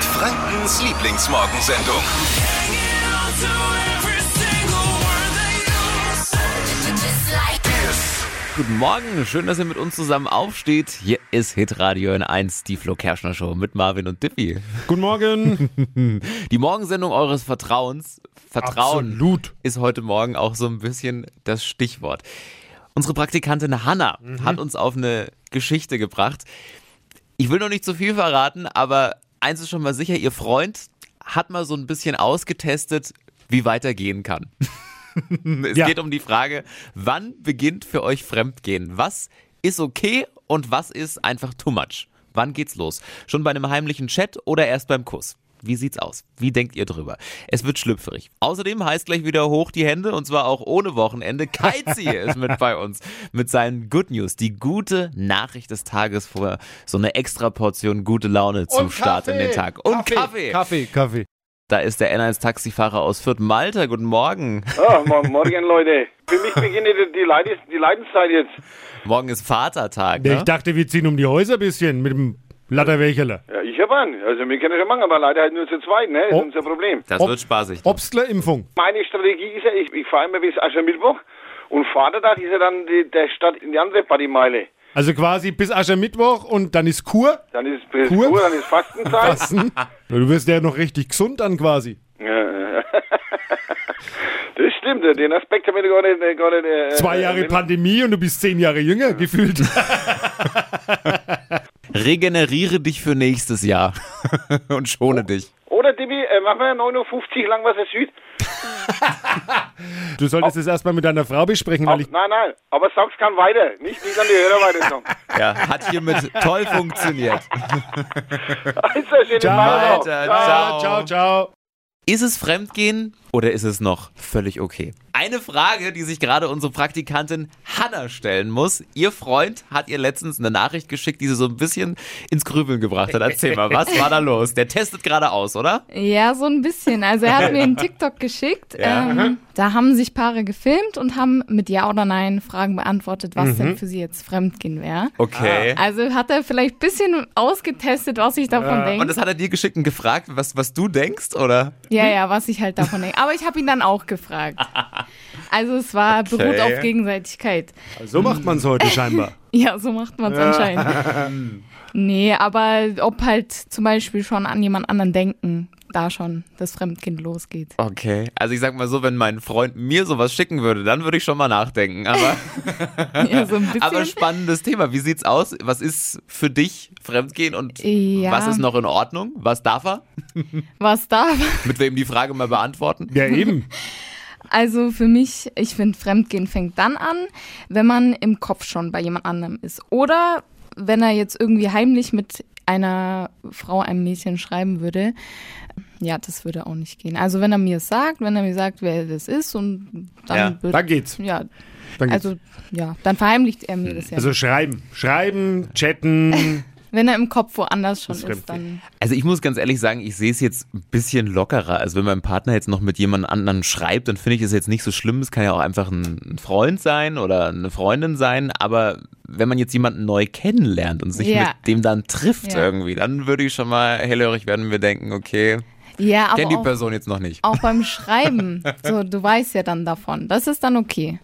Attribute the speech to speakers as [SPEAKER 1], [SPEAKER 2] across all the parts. [SPEAKER 1] Frankens Lieblingsmorgensendung.
[SPEAKER 2] Guten Morgen, schön, dass ihr mit uns zusammen aufsteht. Hier ist Hitradio N1, die Flo Kerschner Show mit Marvin und Dippy.
[SPEAKER 3] Guten Morgen.
[SPEAKER 2] Die Morgensendung eures Vertrauens. Vertrauen
[SPEAKER 3] Absolut.
[SPEAKER 2] ist heute Morgen auch so ein bisschen das Stichwort. Unsere Praktikantin Hanna hat uns auf eine Geschichte gebracht. Ich will noch nicht zu viel verraten, aber eins ist schon mal sicher, ihr Freund hat mal so ein bisschen ausgetestet, wie weitergehen kann. es
[SPEAKER 3] Ja.
[SPEAKER 2] geht um die Frage, wann beginnt für euch Fremdgehen? Was ist okay und was ist einfach too much? Wann geht's los? Schon bei einem heimlichen Chat oder erst beim Kuss? Wie sieht's aus? Wie denkt ihr drüber? Es wird schlüpfrig. Außerdem heißt gleich wieder hoch die Hände und zwar auch ohne Wochenende. Keizi ist mit bei uns mit seinen Good News. Die gute Nachricht des Tages vor so eine extra Portion gute Laune zum Start in den Tag. Und Kaffee.
[SPEAKER 3] Kaffee, Kaffee.
[SPEAKER 2] Da ist der N1-Taxifahrer aus Fürth. Malta, guten Morgen.
[SPEAKER 4] Ja, Ah, mo- morgen, Leute. Für mich beginnt die, die, Leides, die Leidenszeit jetzt.
[SPEAKER 2] Morgen ist Vatertag.
[SPEAKER 3] Nee,
[SPEAKER 2] Ne?
[SPEAKER 3] ich dachte, wir ziehen um die Häuser ein bisschen mit dem Latterwächerle.
[SPEAKER 4] Ja, ich hab einen. Also, wir können schon machen, aber leider halt nur zu zweit, ne? Das
[SPEAKER 3] Oh.
[SPEAKER 4] ist unser Problem.
[SPEAKER 2] Das
[SPEAKER 3] Ob-
[SPEAKER 2] wird spaßig.
[SPEAKER 3] Obstlerimpfung.
[SPEAKER 4] Meine Strategie ist ja, ich, ich fahre immer bis Aschermittwoch und Vatertag ist ja dann die, der Stadt in die andere Partymeile.
[SPEAKER 3] Also quasi bis Aschermittwoch und dann ist Kur.
[SPEAKER 4] Dann ist es
[SPEAKER 3] Kur?
[SPEAKER 4] Kur, dann ist Fastenzeit.
[SPEAKER 3] Fasten. du wirst ja noch richtig gesund dann quasi.
[SPEAKER 4] Ja, ja. das stimmt, den Aspekt haben wir gar nicht. äh, Gar nicht äh,
[SPEAKER 3] Zwei
[SPEAKER 4] äh,
[SPEAKER 3] Jahre
[SPEAKER 4] mit-
[SPEAKER 3] Pandemie und du bist zehn Jahre jünger gefühlt.
[SPEAKER 2] Regeneriere dich für nächstes Jahr Oh. und schone dich.
[SPEAKER 4] Oder, Dibi, äh, machen wir 9.50 Uhr Langwasser Süd.
[SPEAKER 3] Du solltest es erstmal mit deiner Frau besprechen,
[SPEAKER 4] Auch,
[SPEAKER 3] weil ich.
[SPEAKER 4] nein, nein, aber sag's kann weiter. Nicht, nicht an die Hörer weiter sagen.
[SPEAKER 2] Ja, hat hiermit toll funktioniert.
[SPEAKER 4] Also, schönen Feierabend.
[SPEAKER 2] Malta,
[SPEAKER 3] Ah, ciao, ciao.
[SPEAKER 2] Ist es Fremdgehen oder ist es noch völlig okay? Eine Frage, die sich gerade unsere Praktikantin Hanna stellen muss. Ihr Freund hat ihr letztens eine Nachricht geschickt, die sie so ein bisschen ins Grübeln gebracht hat. Erzähl mal, was war da los? Der testet gerade aus, oder?
[SPEAKER 5] Ja, so ein bisschen. Also er hat mir einen TikTok geschickt.
[SPEAKER 2] Ja. Mhm.
[SPEAKER 5] Ähm, da haben sich Paare gefilmt und haben mit Ja oder Nein Fragen beantwortet, was
[SPEAKER 2] Mhm.
[SPEAKER 5] denn für sie jetzt Fremdgehen wäre.
[SPEAKER 2] Okay.
[SPEAKER 5] Also hat er vielleicht ein bisschen ausgetestet, was ich davon
[SPEAKER 2] Und
[SPEAKER 5] denke.
[SPEAKER 2] das hat er dir geschickt und gefragt, was, was du denkst, oder?
[SPEAKER 5] Ja, ja, was ich halt davon denke. Aber ich habe ihn dann auch gefragt. Also es war beruht auf Gegenseitigkeit.
[SPEAKER 3] So macht man es heute scheinbar.
[SPEAKER 5] Ja, so macht man es anscheinend. Nee, aber ob halt zum Beispiel schon an jemand anderen denken, da schon das Fremdgehen losgeht.
[SPEAKER 2] Okay. Also ich sag mal so, wenn mein Freund mir sowas schicken würde, dann würde ich schon mal nachdenken. Aber,
[SPEAKER 5] Ja, so ein bisschen.
[SPEAKER 2] aber spannendes Thema. Wie sieht's aus? Was ist für dich Fremdgehen und
[SPEAKER 5] Ja.
[SPEAKER 2] was ist noch in Ordnung? Was darf er?
[SPEAKER 5] was da war.
[SPEAKER 2] Mit wem die Frage mal beantworten?
[SPEAKER 3] Ja, eben.
[SPEAKER 5] Also für mich, ich finde, Fremdgehen fängt dann an, wenn man im Kopf schon bei jemand anderem ist. Oder wenn er jetzt irgendwie heimlich mit einer Frau, einem Mädchen schreiben würde. Ja, das würde auch nicht gehen. Also wenn er mir es sagt, wenn er mir sagt, wer das ist und dann
[SPEAKER 2] Ja,
[SPEAKER 5] wird,
[SPEAKER 3] Dann geht's.
[SPEAKER 5] ja,
[SPEAKER 3] Dann geht's.
[SPEAKER 5] also ja, dann verheimlicht er mir das ja.
[SPEAKER 3] Also schreiben. Schreiben, chatten.
[SPEAKER 5] wenn er im Kopf woanders schon
[SPEAKER 3] Das
[SPEAKER 5] ist,
[SPEAKER 3] Fremdgehen.
[SPEAKER 5] dann
[SPEAKER 2] Also ich muss ganz ehrlich sagen, ich sehe es jetzt ein bisschen lockerer. Also wenn mein Partner jetzt noch mit jemand anderen schreibt, dann finde ich es jetzt nicht so schlimm. Es kann ja auch einfach ein Freund sein oder eine Freundin sein. Aber wenn man jetzt jemanden neu kennenlernt und sich
[SPEAKER 5] Ja.
[SPEAKER 2] mit dem dann trifft
[SPEAKER 5] Ja.
[SPEAKER 2] irgendwie, dann würde ich schon mal hellhörig werden und mir denken, okay,
[SPEAKER 5] ja, aber
[SPEAKER 2] kenn die
[SPEAKER 5] auch,
[SPEAKER 2] Person jetzt noch nicht.
[SPEAKER 5] auch beim Schreiben, so du weißt ja dann davon. Das ist dann okay.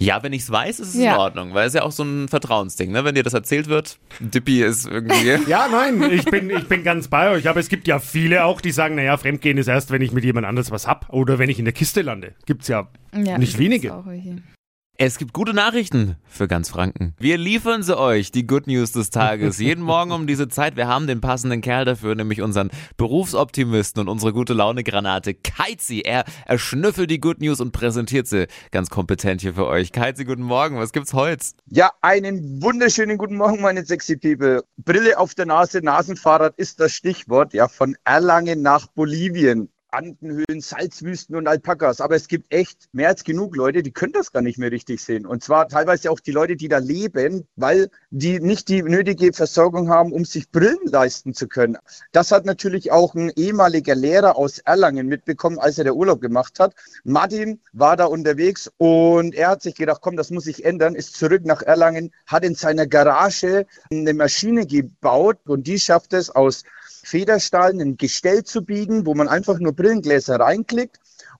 [SPEAKER 2] Ja, wenn ich es weiß, ist es
[SPEAKER 5] Ja.
[SPEAKER 2] in Ordnung, weil es ist ja auch so ein Vertrauensding, ne? Wenn dir das erzählt wird, Dippy ist irgendwie.
[SPEAKER 3] Ja, nein, ich bin, ich bin ganz bei euch. Aber es gibt ja viele auch, die sagen, naja, Fremdgehen ist erst, wenn ich mit jemand anders was hab oder wenn ich in der Kiste lande. Gibt's ja,
[SPEAKER 5] Ja,
[SPEAKER 3] nicht
[SPEAKER 5] das ist
[SPEAKER 3] wenige.
[SPEAKER 5] auch okay.
[SPEAKER 2] Es gibt gute Nachrichten für ganz Franken. Wir liefern sie euch, die Good News des Tages. Jeden Morgen um diese Zeit. Wir haben den passenden Kerl dafür, nämlich unseren Berufsoptimisten und unsere gute Laune-Granate Keizi. Er erschnüffelt die Good News und präsentiert sie ganz kompetent hier für euch. Keizi, guten Morgen. Was gibt's heute?
[SPEAKER 6] Ja, einen wunderschönen guten Morgen, meine sexy People. Brille auf der Nase, Nasenfahrrad ist das Stichwort. Ja, von Erlangen nach Bolivien. Andenhöhen, Salzwüsten und Alpakas. Aber es gibt echt mehr als genug Leute, die können das gar nicht mehr richtig sehen. Und zwar teilweise auch die Leute, die da leben, weil die nicht die nötige Versorgung haben, um sich Brillen leisten zu können. Das hat natürlich auch ein ehemaliger Lehrer aus Erlangen mitbekommen, als er der Urlaub gemacht hat. Martin war da unterwegs und er hat sich gedacht, komm, das muss ich ändern, ist zurück nach Erlangen, hat in seiner Garage eine Maschine gebaut und die schafft es aus Federstahl ein Gestell zu biegen, wo man einfach nur Brillengläser reinklickt.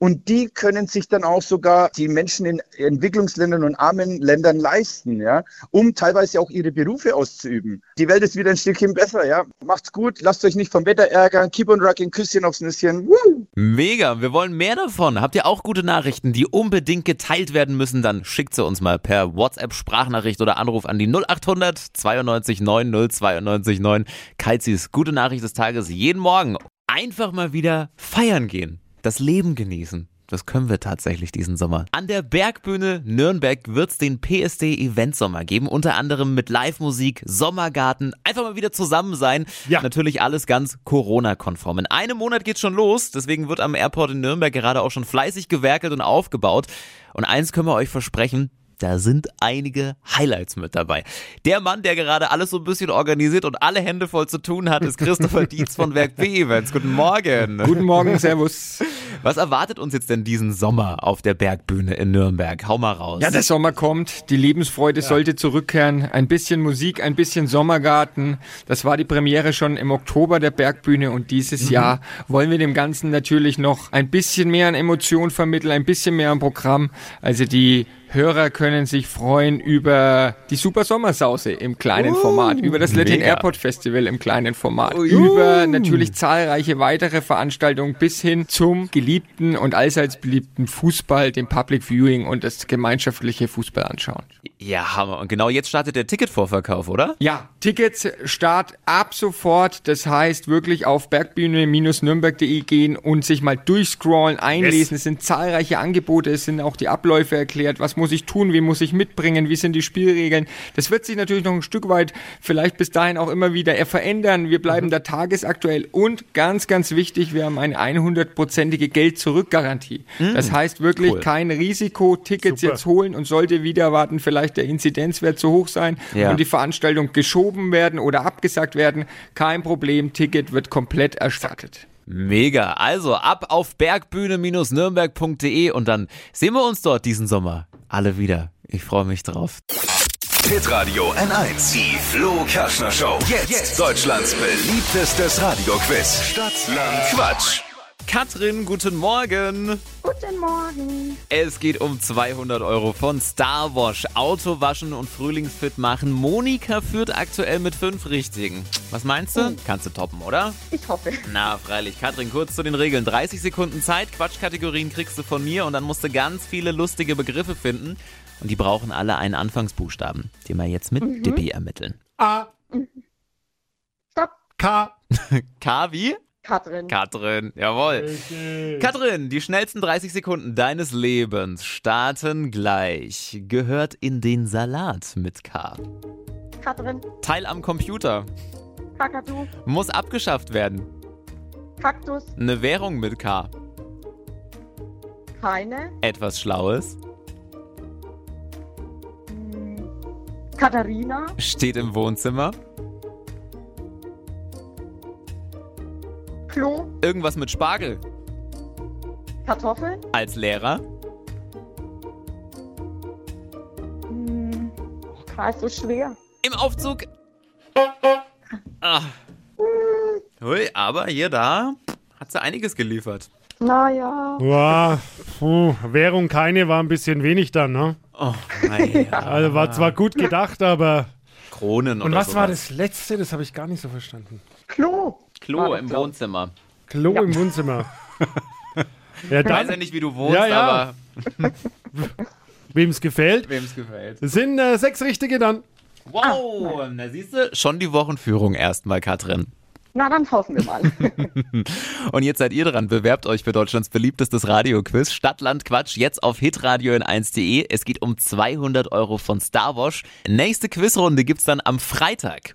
[SPEAKER 6] Und die können sich dann auch sogar die Menschen in Entwicklungsländern und armen Ländern leisten, ja, um teilweise auch ihre Berufe auszuüben. Die Welt ist wieder ein Stückchen besser, ja. Macht's gut, lasst euch nicht vom Wetter ärgern, keep on rocking, Küsschen aufs Nüsschen. Woo!
[SPEAKER 2] Mega, wir wollen mehr davon. Habt ihr auch gute Nachrichten, die unbedingt geteilt werden müssen, dann schickt sie uns mal per WhatsApp Sprachnachricht oder Anruf an die 0800 92 9 092 9. Kalzis gute Nachricht des Tages jeden Morgen. Einfach mal wieder feiern gehen, das Leben genießen. Das können wir tatsächlich diesen Sommer. An der Bergbühne Nürnberg wird's den PSD Event Sommer geben, unter anderem mit Live-Musik, Sommergarten, einfach mal wieder zusammen sein.
[SPEAKER 3] Ja.
[SPEAKER 2] Natürlich alles ganz Corona-konform. In einem Monat geht's schon los, deswegen wird am Airport in Nürnberg gerade auch schon fleißig gewerkelt und aufgebaut. Und eins können wir euch versprechen, da sind einige Highlights mit dabei. Der Mann, der gerade alles so ein bisschen organisiert und alle Hände voll zu tun hat, ist Christopher Dietz von Werk B Events. Guten Morgen.
[SPEAKER 7] Guten Morgen, Servus.
[SPEAKER 2] Was erwartet uns jetzt denn diesen Sommer auf der Bergbühne in Nürnberg? Hau mal raus.
[SPEAKER 7] Ja, der Sommer kommt, die Lebensfreude sollte zurückkehren. Ein bisschen Musik, ein bisschen Sommergarten. Das war die Premiere schon im Oktober der Bergbühne und dieses Jahr wollen wir dem Ganzen natürlich noch ein bisschen mehr an Emotion vermitteln, ein bisschen mehr an Programm. Also die Hörer können sich freuen über die Super Sommersause im kleinen Format, über das Latin
[SPEAKER 2] mega.
[SPEAKER 7] Airport Festival im kleinen Format, über natürlich zahlreiche weitere Veranstaltungen bis hin zum geliebten und allseits beliebten Fußball, dem Public Viewing und das gemeinschaftliche Fußball anschauen.
[SPEAKER 2] ja, Hammer. Und genau jetzt startet der Ticketvorverkauf, oder?
[SPEAKER 7] Ja, Tickets start ab sofort. Das heißt wirklich auf bergbühne-nürnberg.de gehen und sich mal durchscrollen, einlesen. Es sind zahlreiche Angebote, es sind auch die Abläufe erklärt. Was muss ich tun? Wie muss ich mitbringen? Wie sind die Spielregeln? Das wird sich natürlich noch ein Stück weit vielleicht bis dahin auch immer wieder eher verändern. Wir bleiben da tagesaktuell und ganz, ganz wichtig, wir haben eine 100-prozentige Geld-Zurück-Garantie. Das heißt wirklich
[SPEAKER 2] Cool.
[SPEAKER 7] kein Risiko, Tickets jetzt holen und sollte wieder warten, vielleicht der Inzidenzwert zu hoch sein
[SPEAKER 2] Ja.
[SPEAKER 7] und die Veranstaltung geschoben werden oder abgesagt werden, kein Problem, Ticket wird komplett erstattet.
[SPEAKER 2] Mega. Also ab auf bergbühne-nürnberg.de und dann sehen wir uns dort diesen Sommer alle wieder. Ich freue mich drauf.
[SPEAKER 1] Pit Radio N1. Die Flo Kerschner Show. Jetzt. Jetzt. Deutschlands beliebtestes Radioquiz. Stadt, Land, Quatsch.
[SPEAKER 2] Katrin, guten Morgen.
[SPEAKER 8] Guten Morgen.
[SPEAKER 2] Es geht um 200 Euro von Star Wash. Auto waschen und frühlingsfit machen. Monika führt aktuell mit fünf Richtigen. Was meinst du? Kannst du toppen, oder?
[SPEAKER 8] Oh. Ich hoffe.
[SPEAKER 2] Na, freilich. Katrin, kurz zu den Regeln. 30 Sekunden Zeit, Quatschkategorien kriegst du von mir und dann musst du ganz viele lustige Begriffe finden. Und die brauchen alle einen Anfangsbuchstaben, den wir jetzt mit
[SPEAKER 8] Mhm.
[SPEAKER 2] Dippy ermitteln.
[SPEAKER 3] A,
[SPEAKER 8] Stopp,
[SPEAKER 3] K,
[SPEAKER 2] K wie?
[SPEAKER 8] Katrin.
[SPEAKER 2] Katrin, jawohl. Katrin, die schnellsten 30 Sekunden deines Lebens starten gleich. Gehört in den Salat mit K.
[SPEAKER 8] Katrin.
[SPEAKER 2] Teil am Computer.
[SPEAKER 8] Kakadu.
[SPEAKER 2] Muss abgeschafft werden.
[SPEAKER 8] Kaktus.
[SPEAKER 2] Eine Währung mit K.
[SPEAKER 8] Keine.
[SPEAKER 2] Etwas Schlaues.
[SPEAKER 8] Hm. Katharina.
[SPEAKER 2] Steht im Wohnzimmer.
[SPEAKER 8] Klo.
[SPEAKER 2] Irgendwas mit Spargel.
[SPEAKER 8] Kartoffeln.
[SPEAKER 2] Als Lehrer.
[SPEAKER 8] Hm. War so schwer.
[SPEAKER 2] Im Aufzug. Ah. Hui, aber hier da hat sie einiges geliefert.
[SPEAKER 8] Naja.
[SPEAKER 3] Boah, puh, Währung keine war ein bisschen wenig dann, ne?
[SPEAKER 2] Oh, naja.
[SPEAKER 3] Also war zwar gut gedacht, aber.
[SPEAKER 2] Kronen
[SPEAKER 3] Und
[SPEAKER 2] oder
[SPEAKER 3] was war
[SPEAKER 2] sowas.
[SPEAKER 3] das letzte? Das habe ich gar nicht so verstanden.
[SPEAKER 8] Klo.
[SPEAKER 2] Klo im Wohnzimmer.
[SPEAKER 3] Klo im Wohnzimmer. ja,
[SPEAKER 2] Ich weiß ja
[SPEAKER 3] dann,
[SPEAKER 2] nicht, wie du wohnst,
[SPEAKER 3] Ja, ja.
[SPEAKER 2] aber
[SPEAKER 3] wem es gefällt.
[SPEAKER 2] wem es gefällt.
[SPEAKER 3] Es sind äh, sechs richtige dann.
[SPEAKER 8] Ah,
[SPEAKER 2] Wow, na siehst du, schon die Wochenführung erstmal, Katrin.
[SPEAKER 8] Na, dann hoffen wir mal.
[SPEAKER 2] Und jetzt seid ihr dran. Bewerbt euch für Deutschlands beliebtestes Radioquiz. Stadtland Quatsch jetzt auf hitradio in 1.de. Es geht um 200 Euro von Starwash. Nächste Quizrunde gibt's dann am Freitag.